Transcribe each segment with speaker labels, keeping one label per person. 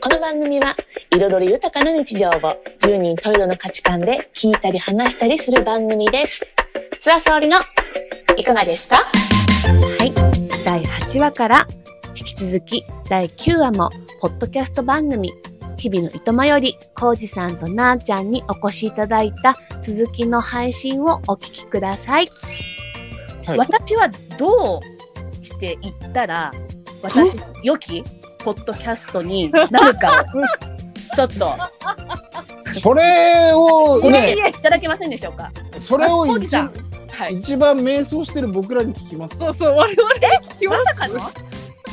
Speaker 1: この番組は彩り豊かな日常を10人十色の価値観で聞いたり話したりする番組です。津田沙織のいかがですかはい。第8話から引き続き第9話もポッドキャスト番組日々のいとまより、コウジさんとなーちゃんにお越しいただいた続きの配信をお聞きください。
Speaker 2: はい
Speaker 3: 私はどうしていったら私良きポッドキャストになるかをちょっと
Speaker 2: それを、
Speaker 3: ご
Speaker 2: ね、
Speaker 3: 意見いただけませんでしょうか。
Speaker 2: それを
Speaker 3: コウジ
Speaker 2: 一
Speaker 3: さんはい。
Speaker 2: 一番迷走してる僕らに聞きますか、
Speaker 4: そうそう、我々聞きま
Speaker 3: まさかの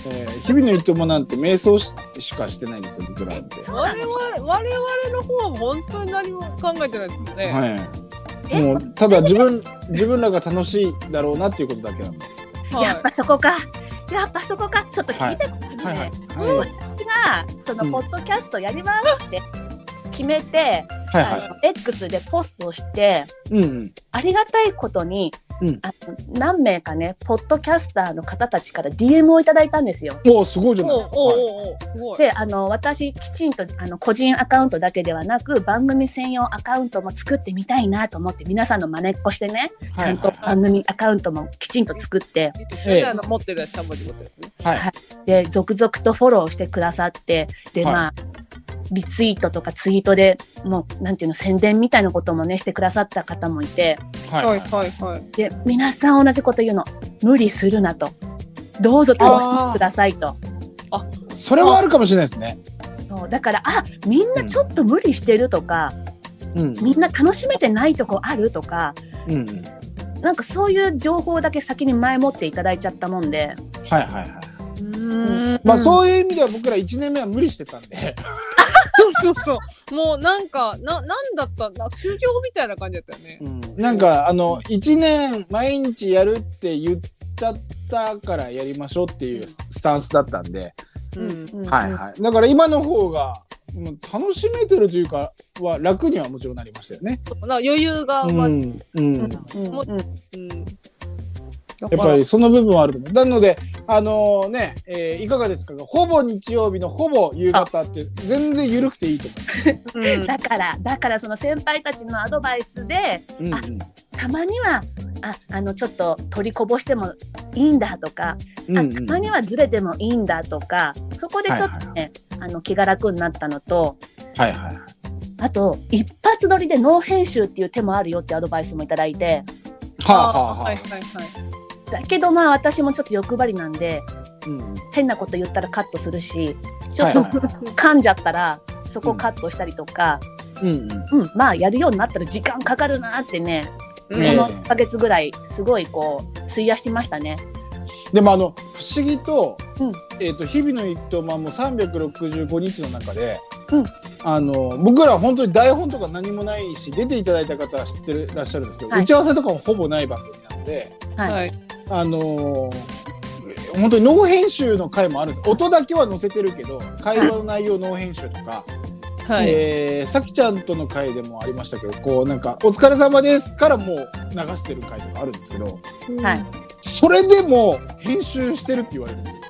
Speaker 2: えー日々のいともなんて迷走ししかしてないですよ、僕らなんて。
Speaker 4: す。我々、我々の方は本当に何も考えてないですもんね。
Speaker 2: はい。
Speaker 3: え
Speaker 2: もう、ただ自分、自分らが楽しいだろうなっていうことだけなんで。
Speaker 4: はい
Speaker 3: やっぱそこか。やっぱそこか。ちょっと聞いてことね。
Speaker 2: はいはい。はい
Speaker 3: 私がその
Speaker 2: うん
Speaker 3: ポッドキャストやりますって決めて、
Speaker 2: はい
Speaker 3: あ
Speaker 2: は
Speaker 3: の X でポストして
Speaker 2: い。うんうん。
Speaker 3: ありがたいことに、
Speaker 2: うん
Speaker 3: あの何名かねポッドキャスターの方たちから DM をいただいたんですよ。
Speaker 2: おーすごいじゃない
Speaker 4: お
Speaker 2: で
Speaker 4: う
Speaker 2: すか。
Speaker 4: お
Speaker 2: はいう
Speaker 4: おうおうすごい。
Speaker 3: であの私きちんとあの個人アカウントだけではなく番組専用アカウントも作ってみたいなと思って皆さんの真似っこしてねち
Speaker 2: は
Speaker 3: ゃ
Speaker 2: い
Speaker 3: んと番組アカウントもきちんと作って
Speaker 4: それであの持ってるやつ、三文字持ってるやつね。
Speaker 2: はい。
Speaker 3: で続々とフォローしてくださってで
Speaker 2: はい
Speaker 3: まあリツイートとかツイートでもうなんていうの宣伝みたいなこともねしてくださった方もいて
Speaker 2: はい
Speaker 4: は
Speaker 2: はいい。
Speaker 4: はいはい。
Speaker 3: で皆さん同じこと言うの無理するなとどうぞ楽しんでくださいと
Speaker 2: それはあるかもしれないですね。
Speaker 3: そうだからあみんなちょっと無理してるとか、
Speaker 2: うん。
Speaker 3: みんな楽しめてないとこあるとか
Speaker 2: うんうん。
Speaker 3: なんかそういう情報だけ先に前もっていただいちゃったもんで
Speaker 2: はいはいはい。
Speaker 4: うん
Speaker 2: まあ、
Speaker 4: う。
Speaker 2: そういう意味では僕ら1年目は無理してたんで。
Speaker 4: そうそうそう。もうなんか、な、なんだったんだ。修行みたいな感じだったよね。
Speaker 2: なんかあの1年毎日やるって言っちゃったからやりましょうっていうスタンスだったんで、
Speaker 4: うん。
Speaker 2: はいはい、だから今の方がもう楽しめてるというかは楽にはもちろんなりましたよね。
Speaker 4: なんか余裕が、まあ、うん。
Speaker 2: んう
Speaker 3: う
Speaker 2: ん、
Speaker 3: んうん
Speaker 4: やっ
Speaker 2: やっぱりその部分はあると思う。なので、あのね、えーいかがですかほぼ日曜日のほぼ夕方って全然緩くていいと思
Speaker 4: うん
Speaker 3: だからだからその先輩たちのアドバイスで
Speaker 2: う。うん
Speaker 3: あたまにはああのちょっと取りこぼしてもいいんだとか、
Speaker 2: うん
Speaker 3: あたまにはずれてもいいんだとかそこでちょっとね、あの気が楽になったのと
Speaker 2: はいはい。
Speaker 3: あと一発撮りでノー編集っていう手もあるよってアドバイスもいただいて
Speaker 2: はあはあはあ。
Speaker 4: はいはいはい。
Speaker 3: だけどまあ私もちょっと欲張りなんで
Speaker 2: うん
Speaker 3: 変なこと言ったらカットするしちょ
Speaker 2: は
Speaker 3: っ
Speaker 2: いは
Speaker 3: と
Speaker 2: いは
Speaker 3: 噛んじゃったらそこカットしたりとか、
Speaker 2: いうんうん
Speaker 3: うんまあやるようになったら時間かかるなってね
Speaker 4: う
Speaker 3: こ
Speaker 4: ん
Speaker 2: ね
Speaker 3: の1ヶ月ぐらいすごいこう費やしてましたね。
Speaker 2: でもあの不思議と,、
Speaker 3: うん
Speaker 2: えー、と日々の一投間も365日の中で、
Speaker 3: うん
Speaker 2: あの僕ら本当に台本とか何もないし出ていただいた方は知ってるらっしゃるんですけど、
Speaker 3: はい
Speaker 2: 打ち合わせとかもほぼない番組なので、
Speaker 3: はい
Speaker 4: はい。
Speaker 2: あのー本当にノー編集の回もあるんです音だけは載せてるけど会話の内容ノー編集とか、
Speaker 4: はい。
Speaker 2: えーさきちゃんとの回でもありましたけどこうなんか「お疲れ様です」からもう流してる回とかあるんですけど
Speaker 3: はい
Speaker 2: それでも編集してるって言われるんですよ。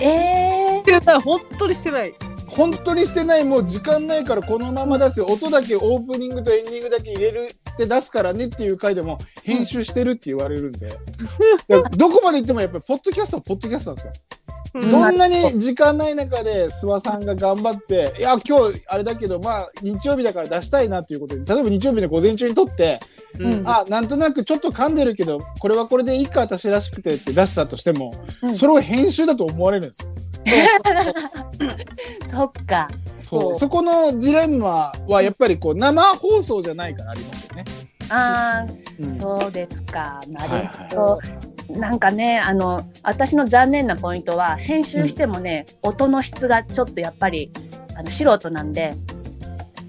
Speaker 3: え
Speaker 4: してない、本当にしてない。
Speaker 2: 本当にしてないもう時間ないからこのまま出すよ音だけオープニングとエンディングだけ入れるって出すからねっていう回でも編集してるって言われるん で、だからどこまで行ってもやっぱりポッドキャストはポッドキャストなんですよ、
Speaker 4: うん
Speaker 2: どんなに時間ない中で諏訪さんが頑張っていや今日あれだけどまあ日曜日だから出したいなっていうことで例えば日曜日の午前中に撮って、
Speaker 4: うん
Speaker 2: あなんとなくちょっと噛んでるけどこれはこれでいいか私らしくてって出したとしても、
Speaker 3: うん
Speaker 2: それを編集だと思われるんですよ
Speaker 3: ー、そっか。
Speaker 2: そ
Speaker 4: そうう
Speaker 2: そこのジレンマはやっぱりこう生放送じゃないからありますよね。
Speaker 3: ああ、
Speaker 2: うん
Speaker 3: そうですか。なるほど。
Speaker 2: は
Speaker 3: なんかね、あの、私の残念なポイントは、編集してもね、音の質がちょっとやっぱり。あの素人なんで、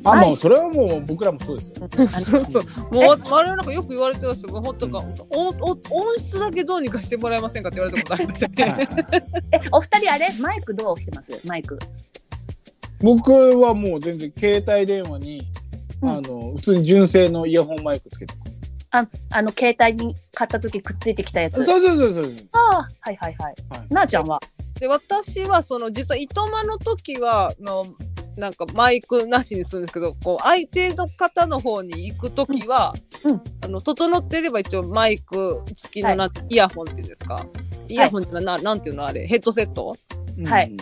Speaker 2: あ
Speaker 3: はい
Speaker 2: もうそれはもう僕らもそうですよ。
Speaker 3: あの
Speaker 4: そうそう。もうわ我々なんかよく言われてましたよ。もう本当か、音音音質だけどうにかしてもらえませんかって言われたことありました
Speaker 2: はいは
Speaker 4: ね。
Speaker 2: い
Speaker 3: え、お二人あれ、マイクどうしてます、マイク。
Speaker 2: 僕はもう全然携帯電話に、
Speaker 3: うん
Speaker 2: あの普通に純正のイヤホンマイクつけてます。
Speaker 3: あ、あの携帯に買った時くっついてきたやつ。
Speaker 2: そうそうそうそう。
Speaker 3: ああ、はいはいはい。
Speaker 2: はい
Speaker 3: なあちゃんは。
Speaker 4: で私はその実は糸満の時はあのなんかマイクなしにするんですけどこう相手の方の方に行く時は、
Speaker 3: うんうん
Speaker 4: あの整ってれば一応マイク付き
Speaker 3: は
Speaker 4: の
Speaker 3: い
Speaker 4: なんてイヤホンっていうんですか、イヤホンじゃないななんていうのあれヘッドセット
Speaker 3: はい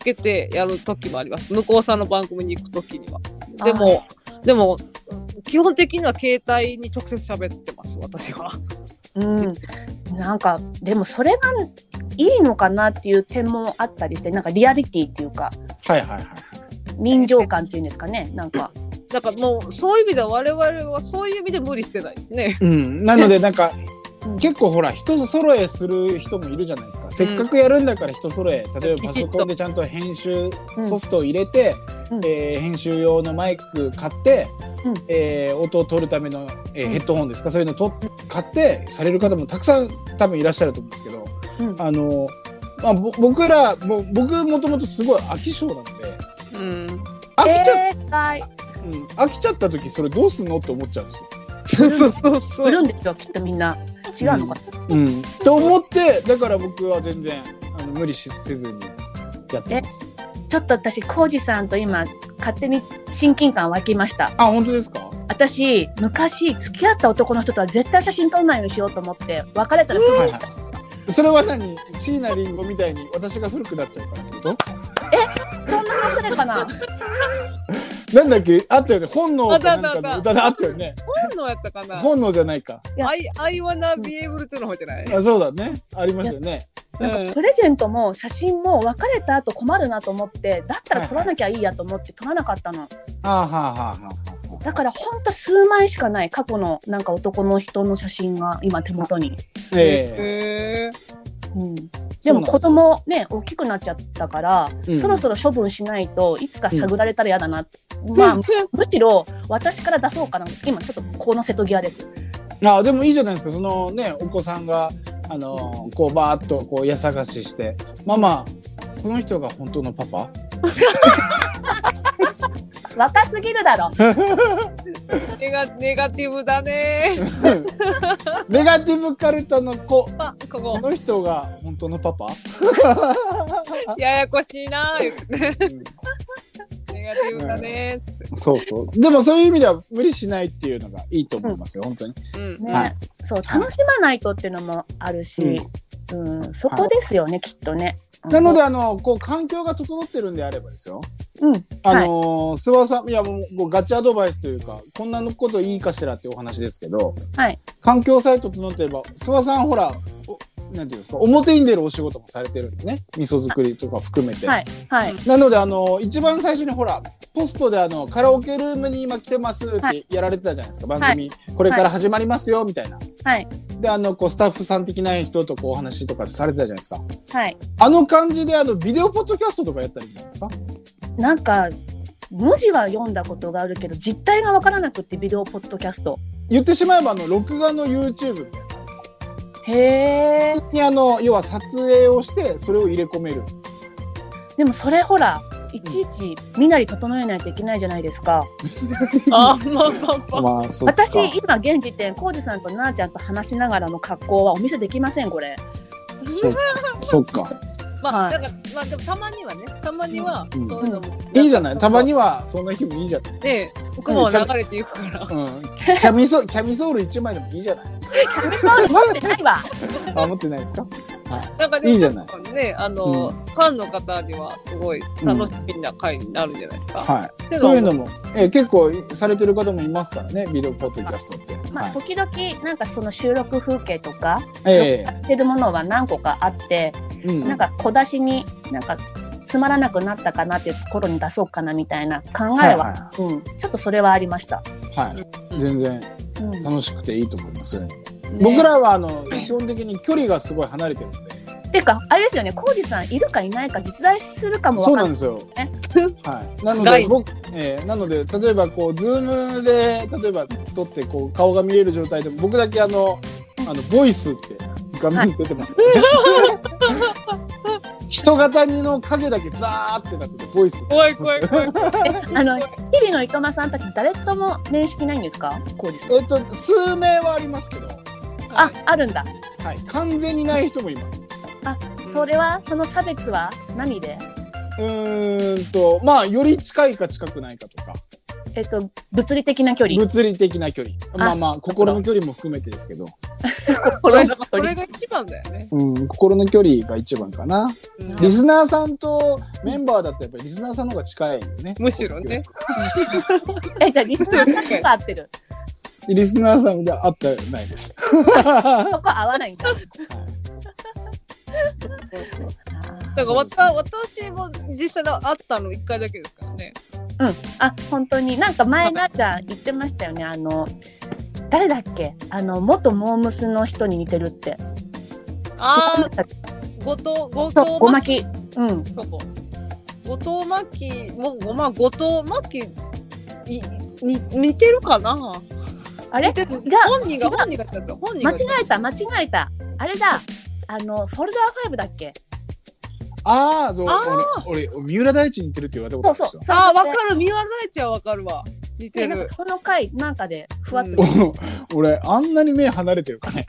Speaker 4: つけてやる時もあります向こうさんの番組に行く時にはでもでも基本的には携帯に直接喋ってます私は。
Speaker 3: うん、なんかでもそれがいいのかなっていう点もあったりしてなんかリアリティっていうか
Speaker 2: はいはいはい。
Speaker 3: 臨場感っていうんですかねなんか
Speaker 4: だからもうそういう意味では我々はそういう意味で無理してないですね。
Speaker 2: うん、なのでなんか
Speaker 3: うん
Speaker 2: 結構ほら人揃えする人もいるじゃないですか、せっかくやるんだから人揃え例えばパソコンでちゃんと編集
Speaker 3: うん
Speaker 2: ソフトを入れて、
Speaker 3: うん
Speaker 2: えー編集用のマイク買って、
Speaker 3: うん
Speaker 2: えー音を取るための、えー
Speaker 3: うん
Speaker 2: ヘッドホンですかそういうのと買ってされる方もたくさん多分いらっしゃると思うんですけど
Speaker 3: うん
Speaker 2: あの、まあ、ぼ僕らも僕もともとすごい飽き性なので
Speaker 4: うん、
Speaker 2: 飽きちゃ,、
Speaker 3: 携帯
Speaker 2: うん、飽きちゃった時それどうすんのって思っちゃうんですよ。
Speaker 4: そうそうそ
Speaker 3: 売
Speaker 4: う。
Speaker 3: るんですよきっとみんな違うのかな、
Speaker 2: うん、と思ってだから僕は全然あの無理しせずにやってます。
Speaker 3: ちょっと私浩二さんと今勝手に親近感湧きました
Speaker 2: あ本当ですかは
Speaker 3: 私昔付き合った男の人とは絶対写真撮んないようにしようと思って別れたらす
Speaker 2: い
Speaker 3: ぐ
Speaker 2: はい。それは何椎名林檎みたいに私が古くなっちゃうからってこ
Speaker 3: そんな忘れかな
Speaker 2: となんだっけあったよね本能かなん
Speaker 4: あった
Speaker 2: か
Speaker 4: あ
Speaker 2: の
Speaker 4: った
Speaker 2: 歌であったよね
Speaker 4: 本能やったかな。
Speaker 2: 本能じゃないか
Speaker 3: や
Speaker 4: アイアイワナビエブルっていうの方じゃない。
Speaker 2: あそうだねありましたよね
Speaker 3: なん
Speaker 4: うん
Speaker 3: かプレゼントも写真も別れた後困るなと思ってだったら撮らなきゃいいやと思って撮らなかったの
Speaker 2: あーはあはあはあはあ
Speaker 3: だからほんと数枚しかない過去のなんか男の人の写真が今手元に、
Speaker 2: え
Speaker 4: へえ。
Speaker 3: うん、でも子供ね大きくなっちゃったから、
Speaker 2: うん
Speaker 3: そろそろ処分しないといつか探られたら嫌だな、まあむしろ私から出そうかな今ちょっとこの瀬戸際です
Speaker 2: えあでもいいじゃないですかそのねお子さんがあのーこうバーッとこう家探ししてママこの人が本当のパパ
Speaker 3: 若すぎるだろ
Speaker 4: ネガネガティブだね。
Speaker 2: ネガティブカルタの子
Speaker 4: あこ
Speaker 2: こ
Speaker 4: こ
Speaker 2: の人が本当のパパ
Speaker 4: ややこしいな。言ってネガティブだね。つって
Speaker 2: そうそうでもそういう意味では無理しないっていうのがいいと思いますよ、本当に
Speaker 4: うん。
Speaker 3: ね、
Speaker 2: はい
Speaker 3: そう楽しまないとっていうのもあるし、うんそこですよね、きっとね。
Speaker 2: なのであのこう環境が整ってるんであればですよ
Speaker 3: うん、
Speaker 2: あの
Speaker 3: はい、
Speaker 2: ー諏訪さんいやもうもうガチアドバイスというかこんなのこといいかしらっていうお話ですけど、
Speaker 3: はい
Speaker 2: 環境さえ整ってれば諏訪さんほらおなんていうんですか表に出るお仕事もされてるんですね味噌作りとか含めて、
Speaker 3: はい、はい、
Speaker 2: なのであの一番最初にほらポストであのカラオケルームに今来てますっ
Speaker 3: は
Speaker 2: てやられてたじゃないですか、番組、これから始まりますよみたいな、
Speaker 3: はい、
Speaker 2: であのこうスタッフさん的な人とこうお話とかされてたじゃないですか
Speaker 3: はい、
Speaker 2: あの感じであのビデオポッドキャストとかやったらいいんじゃないですか
Speaker 3: なんか。文字は読んだことがあるけど実態がわからなくってビデオポッドキャスト
Speaker 2: 言ってしまえばあの録画の YouTube みたいな感じです
Speaker 3: へえ
Speaker 2: 普通にあの要は撮影をしてそれを入れ込める
Speaker 3: でもそれほらいちいち身なり整えないといけないじゃないですか
Speaker 4: あまあまあまあ。
Speaker 2: まあそ
Speaker 3: 私今現時点浩二さんとなあちゃんと話しながらの格好はお見せできません これ
Speaker 2: そっかそっか
Speaker 4: まあ
Speaker 3: はい
Speaker 4: だからまあでもたまにはねたまには
Speaker 2: うん
Speaker 4: そういうのも。
Speaker 2: いいじゃないたまにはそんな日もいいじゃない、
Speaker 4: ね僕も流れていくから。
Speaker 2: うん、キャミソキャミソール1枚でもいいじゃない
Speaker 3: キャミソール持ってないわ
Speaker 2: あ持ってないですか
Speaker 4: なんかでも
Speaker 2: いいじゃない
Speaker 4: ちょっとね、あの、
Speaker 2: うん
Speaker 4: ファンの方にはすごい楽しみな回になるんじゃないですか。
Speaker 2: はい
Speaker 4: って
Speaker 2: そういう
Speaker 4: は
Speaker 2: のも、えー結構されてる方もいますからね、ビデオポッドキャストって。
Speaker 3: ま
Speaker 2: は
Speaker 3: あ
Speaker 2: い、
Speaker 3: 時々なんかその収録風景とか
Speaker 2: え
Speaker 3: やってるものは何個かあって、
Speaker 2: えうん
Speaker 3: なんか小出しになんかつまらなくなったかなっていうところに出そうかなみたいな考えは、
Speaker 2: は
Speaker 3: うん、ちょっとそれはありました。
Speaker 2: はい、全然
Speaker 3: うん
Speaker 2: 楽しくていいと思います、
Speaker 4: ね
Speaker 2: 僕らはあの基本的に距離がすごい離れてるんで、
Speaker 3: てかあれですよね浩二さんいるかいないか実在するかもわ
Speaker 2: そう
Speaker 3: か
Speaker 2: なん
Speaker 3: ない。
Speaker 2: んですよ
Speaker 3: ね。
Speaker 2: はい、なの
Speaker 4: な
Speaker 2: で
Speaker 4: い
Speaker 2: 僕、えーなので例えばこうズームで例えば撮ってこう顔が見れる状態でも僕だけあのあのボイスって画面に出てます、ね人型にの影だけザーってなっててボイスって
Speaker 4: 怖い怖い怖い。
Speaker 3: えあの日々の糸間さんたち誰とも面識ないんですか浩二さん。
Speaker 2: えっと、数 名はありますけど、
Speaker 3: ああるんだ。
Speaker 2: はい、完全にない人もいます。
Speaker 3: あそれはその差別は何で
Speaker 2: うーんとまあより近いか近くないかとか
Speaker 3: えっと物理的な距離
Speaker 2: 物理的な距離まあまあ心の距離も含めてですけど、
Speaker 4: これこれが一番だよね。
Speaker 2: うん、心の距離が一番かなリスナーさんとメンバーだったらやっぱりリスナーさんの方が近いよね
Speaker 4: むしろね。
Speaker 3: えじゃあリスナーさんとか合って る
Speaker 2: リスナーさんで会ったらないです
Speaker 3: そこ合わないんだ
Speaker 4: だからわた私も実際に会ったの一回だけですからね。
Speaker 3: あ本当になんか前なーちゃん言ってましたよねあの誰だっけあの元モームスの人に似てるって
Speaker 4: あ
Speaker 3: そう
Speaker 4: あ、ごと、ご
Speaker 3: そう
Speaker 4: と
Speaker 3: ご
Speaker 4: ま
Speaker 3: ま
Speaker 4: き
Speaker 3: きうん
Speaker 4: とこ。ごとまきも、ごま、ごとまき。い、に、似てるかな。
Speaker 3: あれ
Speaker 4: 似てる
Speaker 3: じゃあ
Speaker 4: 本人が、
Speaker 3: 違う
Speaker 4: 本人が言ったんですよ。本人
Speaker 3: 間
Speaker 4: が
Speaker 3: 違
Speaker 4: 言った。
Speaker 3: えた間違えたあれだあのフォルダーファイブだっけ
Speaker 2: ああそう
Speaker 4: あ
Speaker 2: 俺俺三浦大知に似てるって言われた
Speaker 3: そう
Speaker 2: こと
Speaker 3: そう
Speaker 2: あるんで
Speaker 4: ああ、わかる、三輪大ちゃんわかるわ。似て
Speaker 3: でなん
Speaker 4: る
Speaker 3: か。その回なんかでふわっと、
Speaker 4: うん
Speaker 2: すよ 俺あんなに目離れてるかね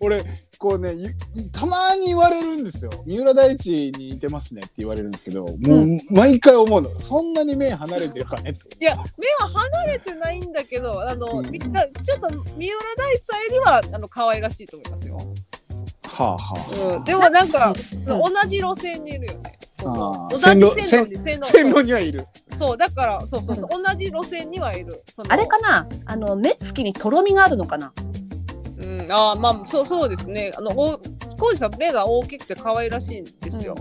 Speaker 2: 俺こうねゆたまに言われるんですよ三浦大知に似てますねって言われるんですけどもう、
Speaker 3: う
Speaker 2: 毎回思うのそんなに目離れてるかねと
Speaker 4: いや、目は離れてないんだけど、あの、
Speaker 2: うん
Speaker 4: みんな、ちょっと三浦大知さんよりは、あの、可愛らしいと思いますよ。
Speaker 2: はあはあ、
Speaker 4: うん、でも、なんか、
Speaker 3: ん
Speaker 4: 同じ路線にいるよね。その
Speaker 2: あー
Speaker 4: 同じ
Speaker 2: 線路
Speaker 4: 線路に線路
Speaker 2: 線路にはいる
Speaker 4: そうだからそうそうそう、同じ路線にはいるそ の
Speaker 3: あれかなあの目つきにとろみがあるのかな
Speaker 4: うんあーまあそうそうですねあのお浩二さん目が大きくて可愛らしいんですよ、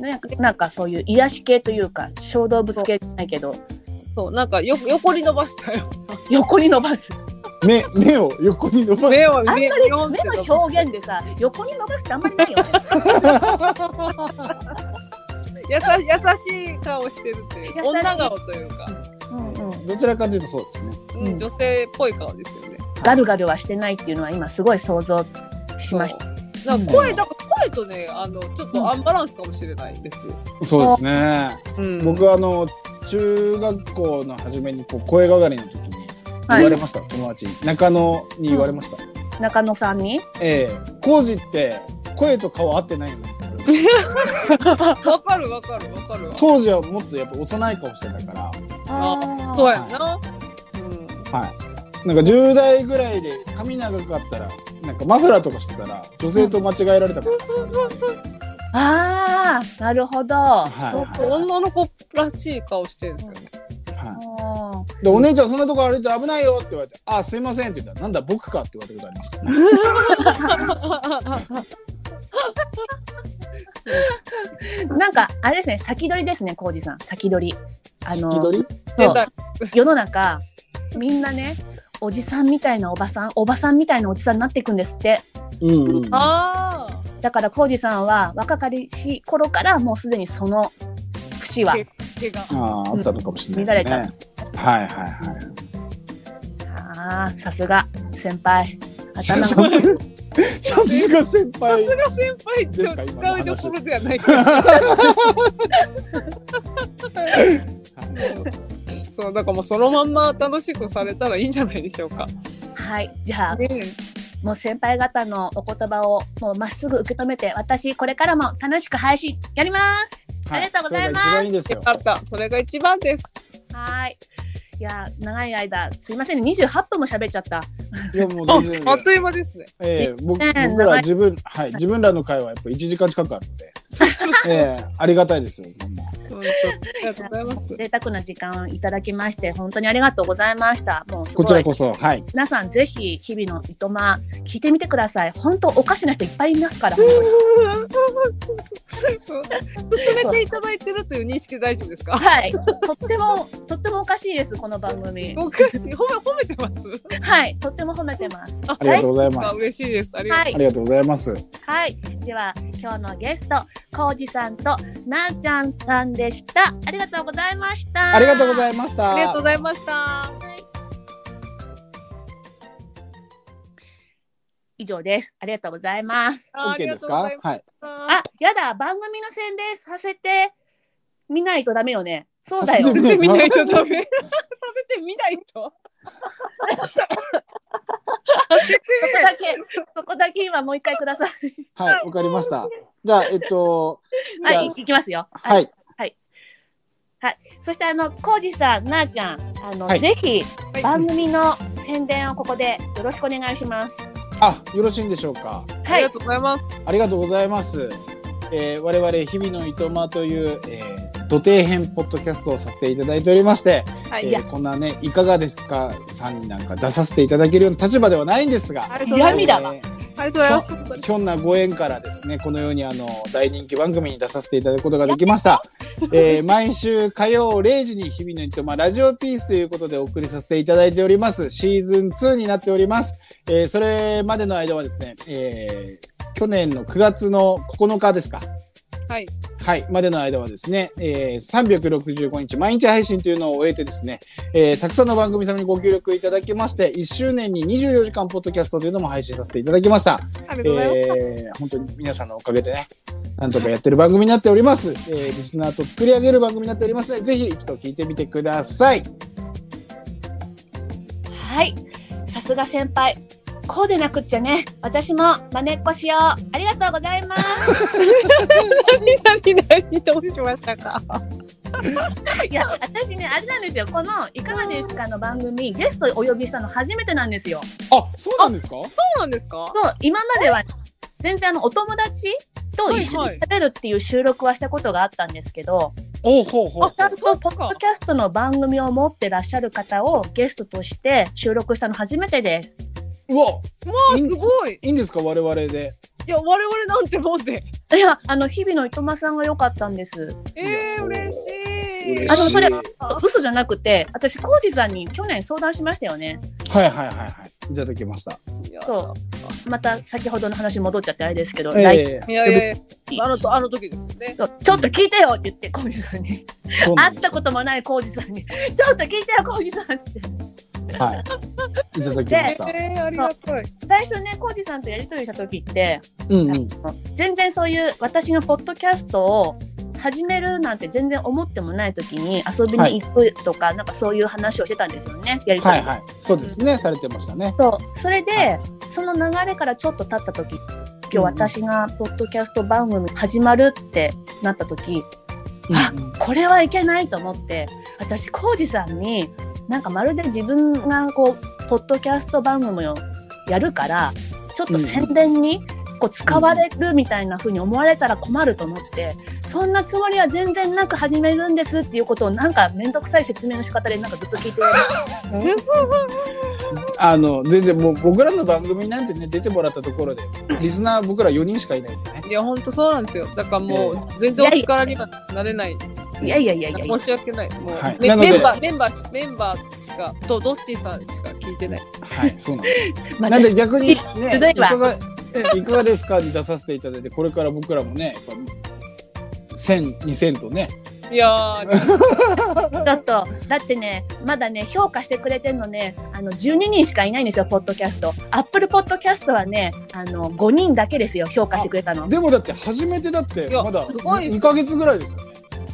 Speaker 3: なんかなんかそういう癒し系というか小動物系じゃないけど
Speaker 4: そうなんかよ横に伸ばしたよ
Speaker 3: 横に伸ばす
Speaker 2: 目目を横に伸ばす
Speaker 4: 目を
Speaker 3: あんまり
Speaker 4: 目ビヨンっ
Speaker 3: 目
Speaker 4: て伸ばした
Speaker 3: の表現でさ横に伸ばすってあんまりない よね
Speaker 4: 優し優しい顔してるっていう
Speaker 3: 優しい
Speaker 4: 女顔というか、
Speaker 3: うん、うん
Speaker 2: どちらかというとそうですね
Speaker 4: うん
Speaker 3: うん
Speaker 4: 女性っぽい顔ですよね
Speaker 3: ガルガルはしてないっていうのは今すごい想像しました。
Speaker 4: そうなんか声だから声とねあのちょっとアンバランスかもしれないですよ、
Speaker 2: そうですね
Speaker 4: うん、
Speaker 2: 僕はあの中学校の初めにこう声がかりの時に
Speaker 3: はい
Speaker 2: 言われました、友達に中野に言われました、
Speaker 3: 中野さんに。
Speaker 2: ええ浩二って声と顔合って ないよねって言われました
Speaker 4: わかるわかるわかるわ
Speaker 2: 当時はもっとやっぱ幼い顔してたから
Speaker 4: あそうやな、
Speaker 2: なんか10代ぐらいで髪長かったらなんかマフラーとかしてたら女性と間違えられたから、
Speaker 3: あーなるほど。
Speaker 2: い
Speaker 3: そう
Speaker 4: うん、女の子らしい顔してるんで すよね
Speaker 2: は
Speaker 3: か
Speaker 2: い、でお姉ちゃんそんなとこ歩いて危ないよって言われて「あすいません」って言ったら「なんだ僕か」って言われたことありました、
Speaker 3: なんかあれですね先取りですね浩二さん先取り。あの
Speaker 2: 先取り
Speaker 4: 出
Speaker 3: そう
Speaker 4: た
Speaker 3: 世の中みんなねおじさんみたいなおばさんおばさんみたいなおじさんになっていくんですって。
Speaker 2: うんうん
Speaker 4: ああ
Speaker 3: だから浩二さんは若かりし頃からもうすでにその節は。
Speaker 4: 毛が
Speaker 2: あーあったのかもしれないですね。はいはいはい。
Speaker 3: あーさすが先輩。頭
Speaker 2: さ
Speaker 3: が
Speaker 2: すが さすが先輩。
Speaker 4: 先輩って使うところで はないからそうだからもうそのまんま楽しくされたらいいんじゃないでしょうか。
Speaker 3: はいじゃあ
Speaker 4: ね
Speaker 3: もう先輩方のお言葉をもうまっすぐ受け止めて私これからも楽しく配信やりますありがとうございます
Speaker 2: それが一番いいですよ。
Speaker 4: あったそれが一番です。
Speaker 3: はいいやー長い間すいませんね28分も喋っちゃった
Speaker 2: いやもう
Speaker 4: あ
Speaker 2: 全然
Speaker 4: あっという間ですね。
Speaker 2: ええ僕
Speaker 3: ねえ
Speaker 2: 僕ら自分はい自分らの会はやっぱ一時間近くあるので、ええありがたいですよ。
Speaker 4: うんとありがとうござ います。
Speaker 3: 贅沢な時間をいただきまして本当にありがとうございましたもうす
Speaker 2: こち
Speaker 3: ご
Speaker 2: ら
Speaker 3: い
Speaker 2: こそはい。
Speaker 3: 皆さんぜひ日々のいとま聞いてみてください本当おかしな人いっぱいいますから本当に
Speaker 4: 進めていただいてるという認識で大丈夫ですか。
Speaker 3: はいとってもとってもおかしいですこの番組
Speaker 4: 僕褒め褒めてます。
Speaker 3: はいとっても褒めてます
Speaker 4: あ
Speaker 2: ありがとうございま
Speaker 4: あ
Speaker 2: す。
Speaker 4: 嬉しいです。ありがとうございます
Speaker 3: はい
Speaker 2: ありが
Speaker 3: は
Speaker 2: とうございます。
Speaker 3: い、では今日のゲスト、コウジさんとなーちゃんさんでした。ありがとうございました。
Speaker 2: ありがとうございました。
Speaker 4: ありがとうございました。
Speaker 3: 以上です。ありがとうございます。
Speaker 2: オッケーですか
Speaker 4: ありがとうございま
Speaker 2: はい。
Speaker 4: した
Speaker 3: あ、やだ、番組の宣伝させてみないとダメよね。そうだ
Speaker 2: さ
Speaker 3: よ
Speaker 2: せ。
Speaker 4: さ
Speaker 2: て
Speaker 4: せてみ
Speaker 2: み
Speaker 4: な
Speaker 2: ないい
Speaker 4: と
Speaker 2: と
Speaker 4: ダ
Speaker 2: ダ
Speaker 4: メ。させてみないと。
Speaker 3: こだ け、そこだけ今もう一回ください。
Speaker 2: はい、わかりました。じゃあ、えっと、
Speaker 3: は
Speaker 2: はい
Speaker 3: い、いきますよ。。
Speaker 2: はいい、
Speaker 3: そしてあの、コウジさん、なあちゃん、あの、
Speaker 2: はい
Speaker 3: ぜひ
Speaker 4: はい
Speaker 3: 番組の宣伝をここでよろしくお願いします。
Speaker 2: あ、よろしいんでしょうか。
Speaker 4: あ
Speaker 3: は
Speaker 4: り
Speaker 3: い
Speaker 4: が。とうございます。
Speaker 2: ありがとうございます。えー我々日々のいとまという、えー土底編ポッドキャストをさせていただいておりまして、
Speaker 4: は
Speaker 2: え
Speaker 4: い。
Speaker 2: ーこんなねいかがですかさんになんか出させていただけるような立場ではないんですが、
Speaker 4: ありがとうございます
Speaker 3: 嫌味だわ
Speaker 2: えー
Speaker 4: ありがとうございます本当に。
Speaker 2: ひょんなご縁からですねこのようにあの大人気番組に出させていただくことができました、えー毎週火曜0時に日々のいとまラジオピースということでお送りさせていただいておりますシーズン2になっております、えーそれまでの間はですね、えー去年の9月の9日ですか
Speaker 4: はい。
Speaker 2: はい、までの間はですね、えー365日毎日配信というのを終えてですね、えーたくさんの番組様にご協力いただきまして、1周年に24時間ポッドキャストというのも配信させていただきました。
Speaker 4: ありがとうございます。
Speaker 2: えー本当に皆さんのおかげでね、なんとかやってる番組になっております。えーリスナーと作り上げる番組になっておりますので、ぜひ一度聞いてみてください。
Speaker 3: はい。さすが先輩。こうでなくっちゃね。私も真似っこしよう。ありがとうございます。
Speaker 4: 何何どうしましたか。
Speaker 3: いや、私ね、あれなんですよ。この、いかがですかの番組、ゲストお呼びしたの初めてなんですよ。
Speaker 2: あ、そうなんですか
Speaker 4: そうなんですか。
Speaker 3: そう、今までは、全然あの、お友達と一緒
Speaker 4: はいは
Speaker 3: に
Speaker 4: い
Speaker 3: 食べるっていう収録はしたことがあったんですけど、
Speaker 2: おうほうほうほう
Speaker 3: ちゃんと
Speaker 4: そうか
Speaker 3: ポッドキャストの番組を持ってらっしゃる方をゲストとして収録したの初めてです。
Speaker 2: うわ、
Speaker 4: もうすごい。
Speaker 2: いいんですか我々で。
Speaker 4: いや我々なんてもんで。
Speaker 3: いや、あの、日々のいとまさんが良かったんです。
Speaker 4: えー、
Speaker 2: そう
Speaker 4: 嬉しい。
Speaker 2: 嬉
Speaker 3: あの
Speaker 2: しい。
Speaker 3: それ
Speaker 2: はい
Speaker 3: 嘘じゃなくて、私、コウジさんに去年相談しましたよね。
Speaker 2: はいはいはい。いただきました。
Speaker 4: いや
Speaker 3: そまた先ほどの話戻っちゃってあれですけど、来
Speaker 2: えー
Speaker 4: いやいやいや。あのとあの時ですね。
Speaker 3: そうちょっと聞いてよって言って、コウジさんに。
Speaker 2: そうなん
Speaker 3: 会っ
Speaker 2: です
Speaker 3: たこともないコウジさんに。 ちょっと聞いてよ、コウジさんって。
Speaker 2: はい。いただきました。
Speaker 4: えー、ありがたい。
Speaker 3: 最初ね、コウジさんとやりとりした時って、
Speaker 2: うんうん。
Speaker 3: 全然そういう私のポッドキャストを始めるなんて全然思ってもない時に遊びに行くとか、なんかそういう話をしてたんですよねやりとり
Speaker 2: はいはい。そうですね。されてましたね。
Speaker 3: そうそれで、
Speaker 2: は
Speaker 3: その流れからちょっと経った時
Speaker 2: うんう
Speaker 3: 今
Speaker 2: ん
Speaker 3: 日私がポッドキャスト番組始まるってなった時あ
Speaker 2: うんうん
Speaker 3: これはいけないと思って私浩二さんになんかまるで自分がこうポッドキャスト番組をやるからちょっと宣伝にこう使われるみたいな風に思われたら困ると思って、そんなつもりは全然なく始めるんですっていうことをなんか面倒くさい説明の仕方でなんかずっと聞いて
Speaker 2: あの、全然もう僕らの番組なんてね、出てもらったところで、リスナー僕ら4人しかいないんでね。
Speaker 4: いや本当そうなんですよ。だからもう全然お力にはなれない。
Speaker 3: いやいやいやいやいや
Speaker 4: 申し訳ない。もう、
Speaker 2: はい
Speaker 4: メ
Speaker 2: なので
Speaker 4: メンバーメンバーメンバーしかとドスティさんしか聞いてない。
Speaker 2: はい、そうなんです。
Speaker 3: まあ
Speaker 2: なんで逆 に
Speaker 3: ひ
Speaker 2: ね、
Speaker 3: ど
Speaker 2: い
Speaker 3: いわ
Speaker 2: かが、いかがですかに出させていただいて、これから僕らもね、やっぱ1000、2000とね。
Speaker 4: いやー
Speaker 3: ちょっとだってねまだね評価してくれてるのねあの12人しかいないんですよポッドキャストアップルポッドキャストはねあの5人だけですよ評価してくれたの
Speaker 2: でもだって初めてだって、
Speaker 4: いや
Speaker 2: まだ
Speaker 4: すごいです
Speaker 2: 2ヶ月ぐらいですよね。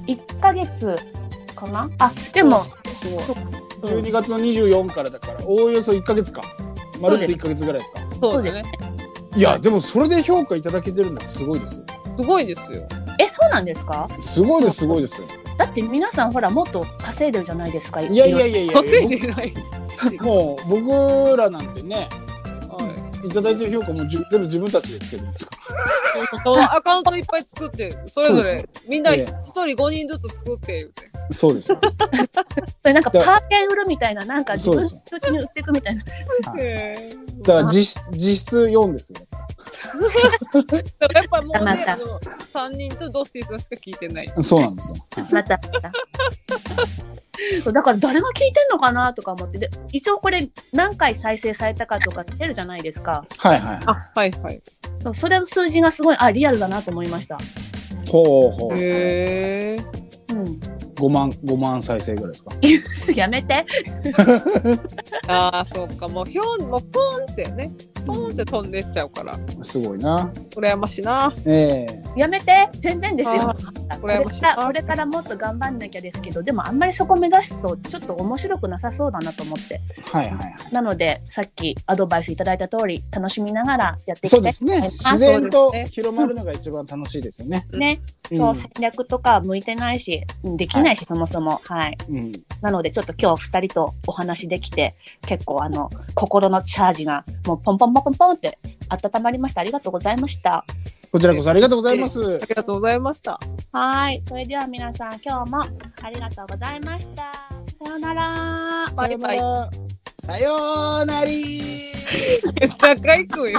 Speaker 3: 1ヶ月かなあでも、
Speaker 4: すごい
Speaker 3: うん
Speaker 2: 12月の24からだから、おおよそ1ヶ月か。まるっと1ヶ月ぐらいですか。
Speaker 4: そうだね。
Speaker 2: いや、でもそれで評価いただけてるのはすごいです。
Speaker 4: すごいですよ。
Speaker 3: えそうなんですか
Speaker 2: すごいです、すごいです。
Speaker 3: だって皆さんほらもっと稼いでるじゃないですか
Speaker 2: いやいや
Speaker 3: い
Speaker 2: いやいや、
Speaker 4: 稼いでない。
Speaker 2: 僕もう僕らなんてね、
Speaker 4: はい
Speaker 2: ただいてる評価もじゅ全部自分たちでつけるんですか。
Speaker 4: い。そのアカウントいっぱい作って、それぞ
Speaker 2: そうで
Speaker 4: れみんな
Speaker 2: ええ
Speaker 4: 一人五人ずつ作って言うて。
Speaker 2: そうですよ。
Speaker 3: やなんかパー券売るみたいななんか自分の
Speaker 2: そう
Speaker 3: うちに売っていくみたいな
Speaker 2: はい
Speaker 4: へー
Speaker 2: だから実実質4ですよ。
Speaker 4: だからやっぱもう
Speaker 3: ま
Speaker 4: ね、
Speaker 3: た
Speaker 4: あの三人とドスティさんしか聞いてない。
Speaker 2: そうなんですよ。
Speaker 3: またまたそうだから誰が聞いてんのかなとか思ってで一応これ何回再生されたかとか出るじゃないですか
Speaker 2: はいはい。
Speaker 4: あ、はいはい。
Speaker 3: そうそれの数字がすごいあリアルだなと思いました。
Speaker 2: ほうほう。
Speaker 4: へえ。
Speaker 3: うん、
Speaker 2: 5万5万再生ぐらいですか。
Speaker 3: やめて。
Speaker 4: ああ、そうか、もうひょん、もうポンってね、ポンって飛んでっちゃうから、
Speaker 2: すごいな。
Speaker 4: 羨ましいな。
Speaker 2: ええ
Speaker 3: やめて全然ですよ
Speaker 4: あ。
Speaker 3: こ
Speaker 4: 羨
Speaker 3: れ
Speaker 4: ましい
Speaker 3: からこれからもっと頑張んなきゃですけどでもあんまりそこ目指すとちょっと面白くなさそうだなと思って
Speaker 2: はいはい。
Speaker 3: なのでさっきアドバイスいただいた通り楽しみながらやってい
Speaker 2: そう
Speaker 3: きた
Speaker 2: で
Speaker 3: い
Speaker 2: すね。
Speaker 3: あ
Speaker 2: 自然と
Speaker 4: そうですね
Speaker 2: 広まるのが一番楽しいですよね。
Speaker 3: ね、
Speaker 2: うん
Speaker 3: そう戦略とか向いてないしできないし、そもそもはい
Speaker 2: うん。
Speaker 3: なのでちょっと今日2人とお話できて結構あの心のチャージがもうポンポンポンポンポンって温まりましたありがとうございました
Speaker 2: こちらこそありがとうございます
Speaker 4: あ。りがとうございました。
Speaker 3: はいそれでは皆さん今日もありがとうございましたさようなら
Speaker 4: バイバイ。
Speaker 2: さようなり。
Speaker 4: 高い声。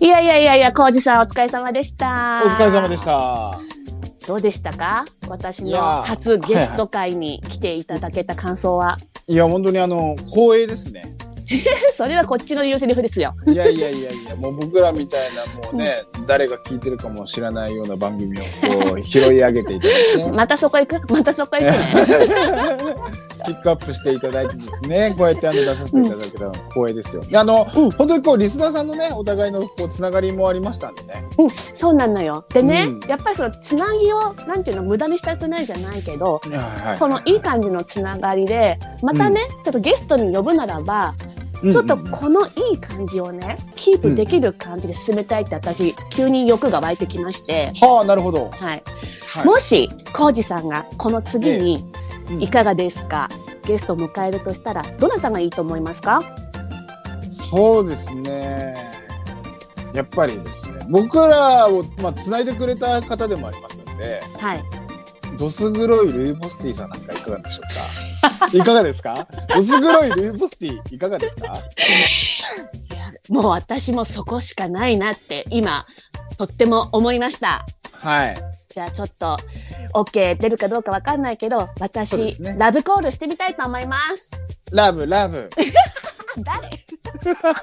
Speaker 3: いやいやいやいや、コウジさんお疲れ様でした。
Speaker 2: お疲れ様でし。た。
Speaker 3: どうでしたか私
Speaker 2: いやー
Speaker 3: の初ゲスト会に来ていただけた感想は。
Speaker 2: いや、本当にあの、光栄ですね。
Speaker 3: それはこっちの言うセリフですよ。
Speaker 2: いやいやいやいや、もう僕らみたいな、もうね、誰が聞いてるかも知らないような番組をこう拾い上げてい ただいて。
Speaker 3: またそこ行くまたそこ行くね。
Speaker 2: ピックアップしていただいてですね、こうやってあの出させていただけたのは光栄ですよ。であの、
Speaker 3: うん
Speaker 2: 本当にこうリスナーさんのね、お互いのこうつながりもありましたんでね。
Speaker 3: そうなのよ。でね、
Speaker 2: うん
Speaker 3: やっぱりそのつなぎを、なんていうの、無駄にしたくないじゃないけど、
Speaker 2: はいはい
Speaker 3: このいい感じのつながりで、またね、ちょっとゲストに呼ぶならば、
Speaker 2: うんうん
Speaker 3: ちょっとこのいい感じをね、キープできる感じで進めたいって私、急に欲が湧いてきまして、
Speaker 2: はあ、なるほど。
Speaker 3: はい。
Speaker 2: はい
Speaker 3: もし、コウジさんがこの次に
Speaker 2: ええうん
Speaker 3: いかがですか、ゲストを迎えるとしたら、どなたがいいと思いますか
Speaker 2: そうですね。やっぱりですね、僕らを、まあ、つないでくれた方でもありますので、
Speaker 3: はい。
Speaker 2: ドス黒いルイボスティーさんなんかいかがでし ょうかいかがですかドス黒いルイボスティーいかがですか
Speaker 3: もう私もそこしかないなって、今、とっても思いました。
Speaker 2: はい。
Speaker 3: じゃあちょっと、OK 出るかどうかわかんないけど、
Speaker 2: そうで
Speaker 3: 私、
Speaker 2: すね
Speaker 3: ラブコールしてみたいと思います。
Speaker 2: ラブ、ラブ。
Speaker 3: 誰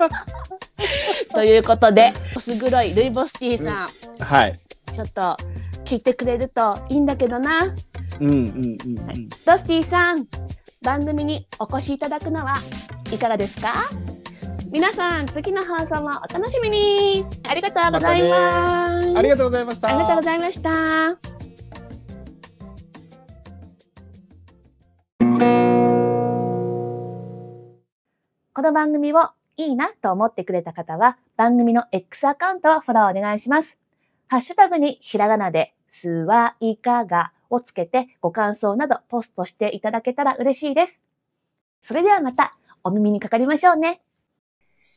Speaker 3: ということで、おす黒いルイボスティーさん、
Speaker 2: はい。
Speaker 3: ちょっと聞いてくれるといいんだけどな。
Speaker 2: うんうんうん、うん
Speaker 3: ドスティさん、番組にお越しいただくのはいかがですか皆さん、次の放送もお楽しみにありがとうございます。
Speaker 2: ありがとうございました。
Speaker 3: ありがとうございました。この番組をいいなと思ってくれた方は、番組の X アカウントをフォローお願いします。ハッシュタグにひらがなで、すわいかがをつけてご感想などポストしていただけたら嬉しいです。それではまたお耳にかかりましょうね。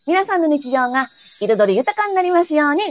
Speaker 3: 皆さんの日常が彩り豊かになりますように。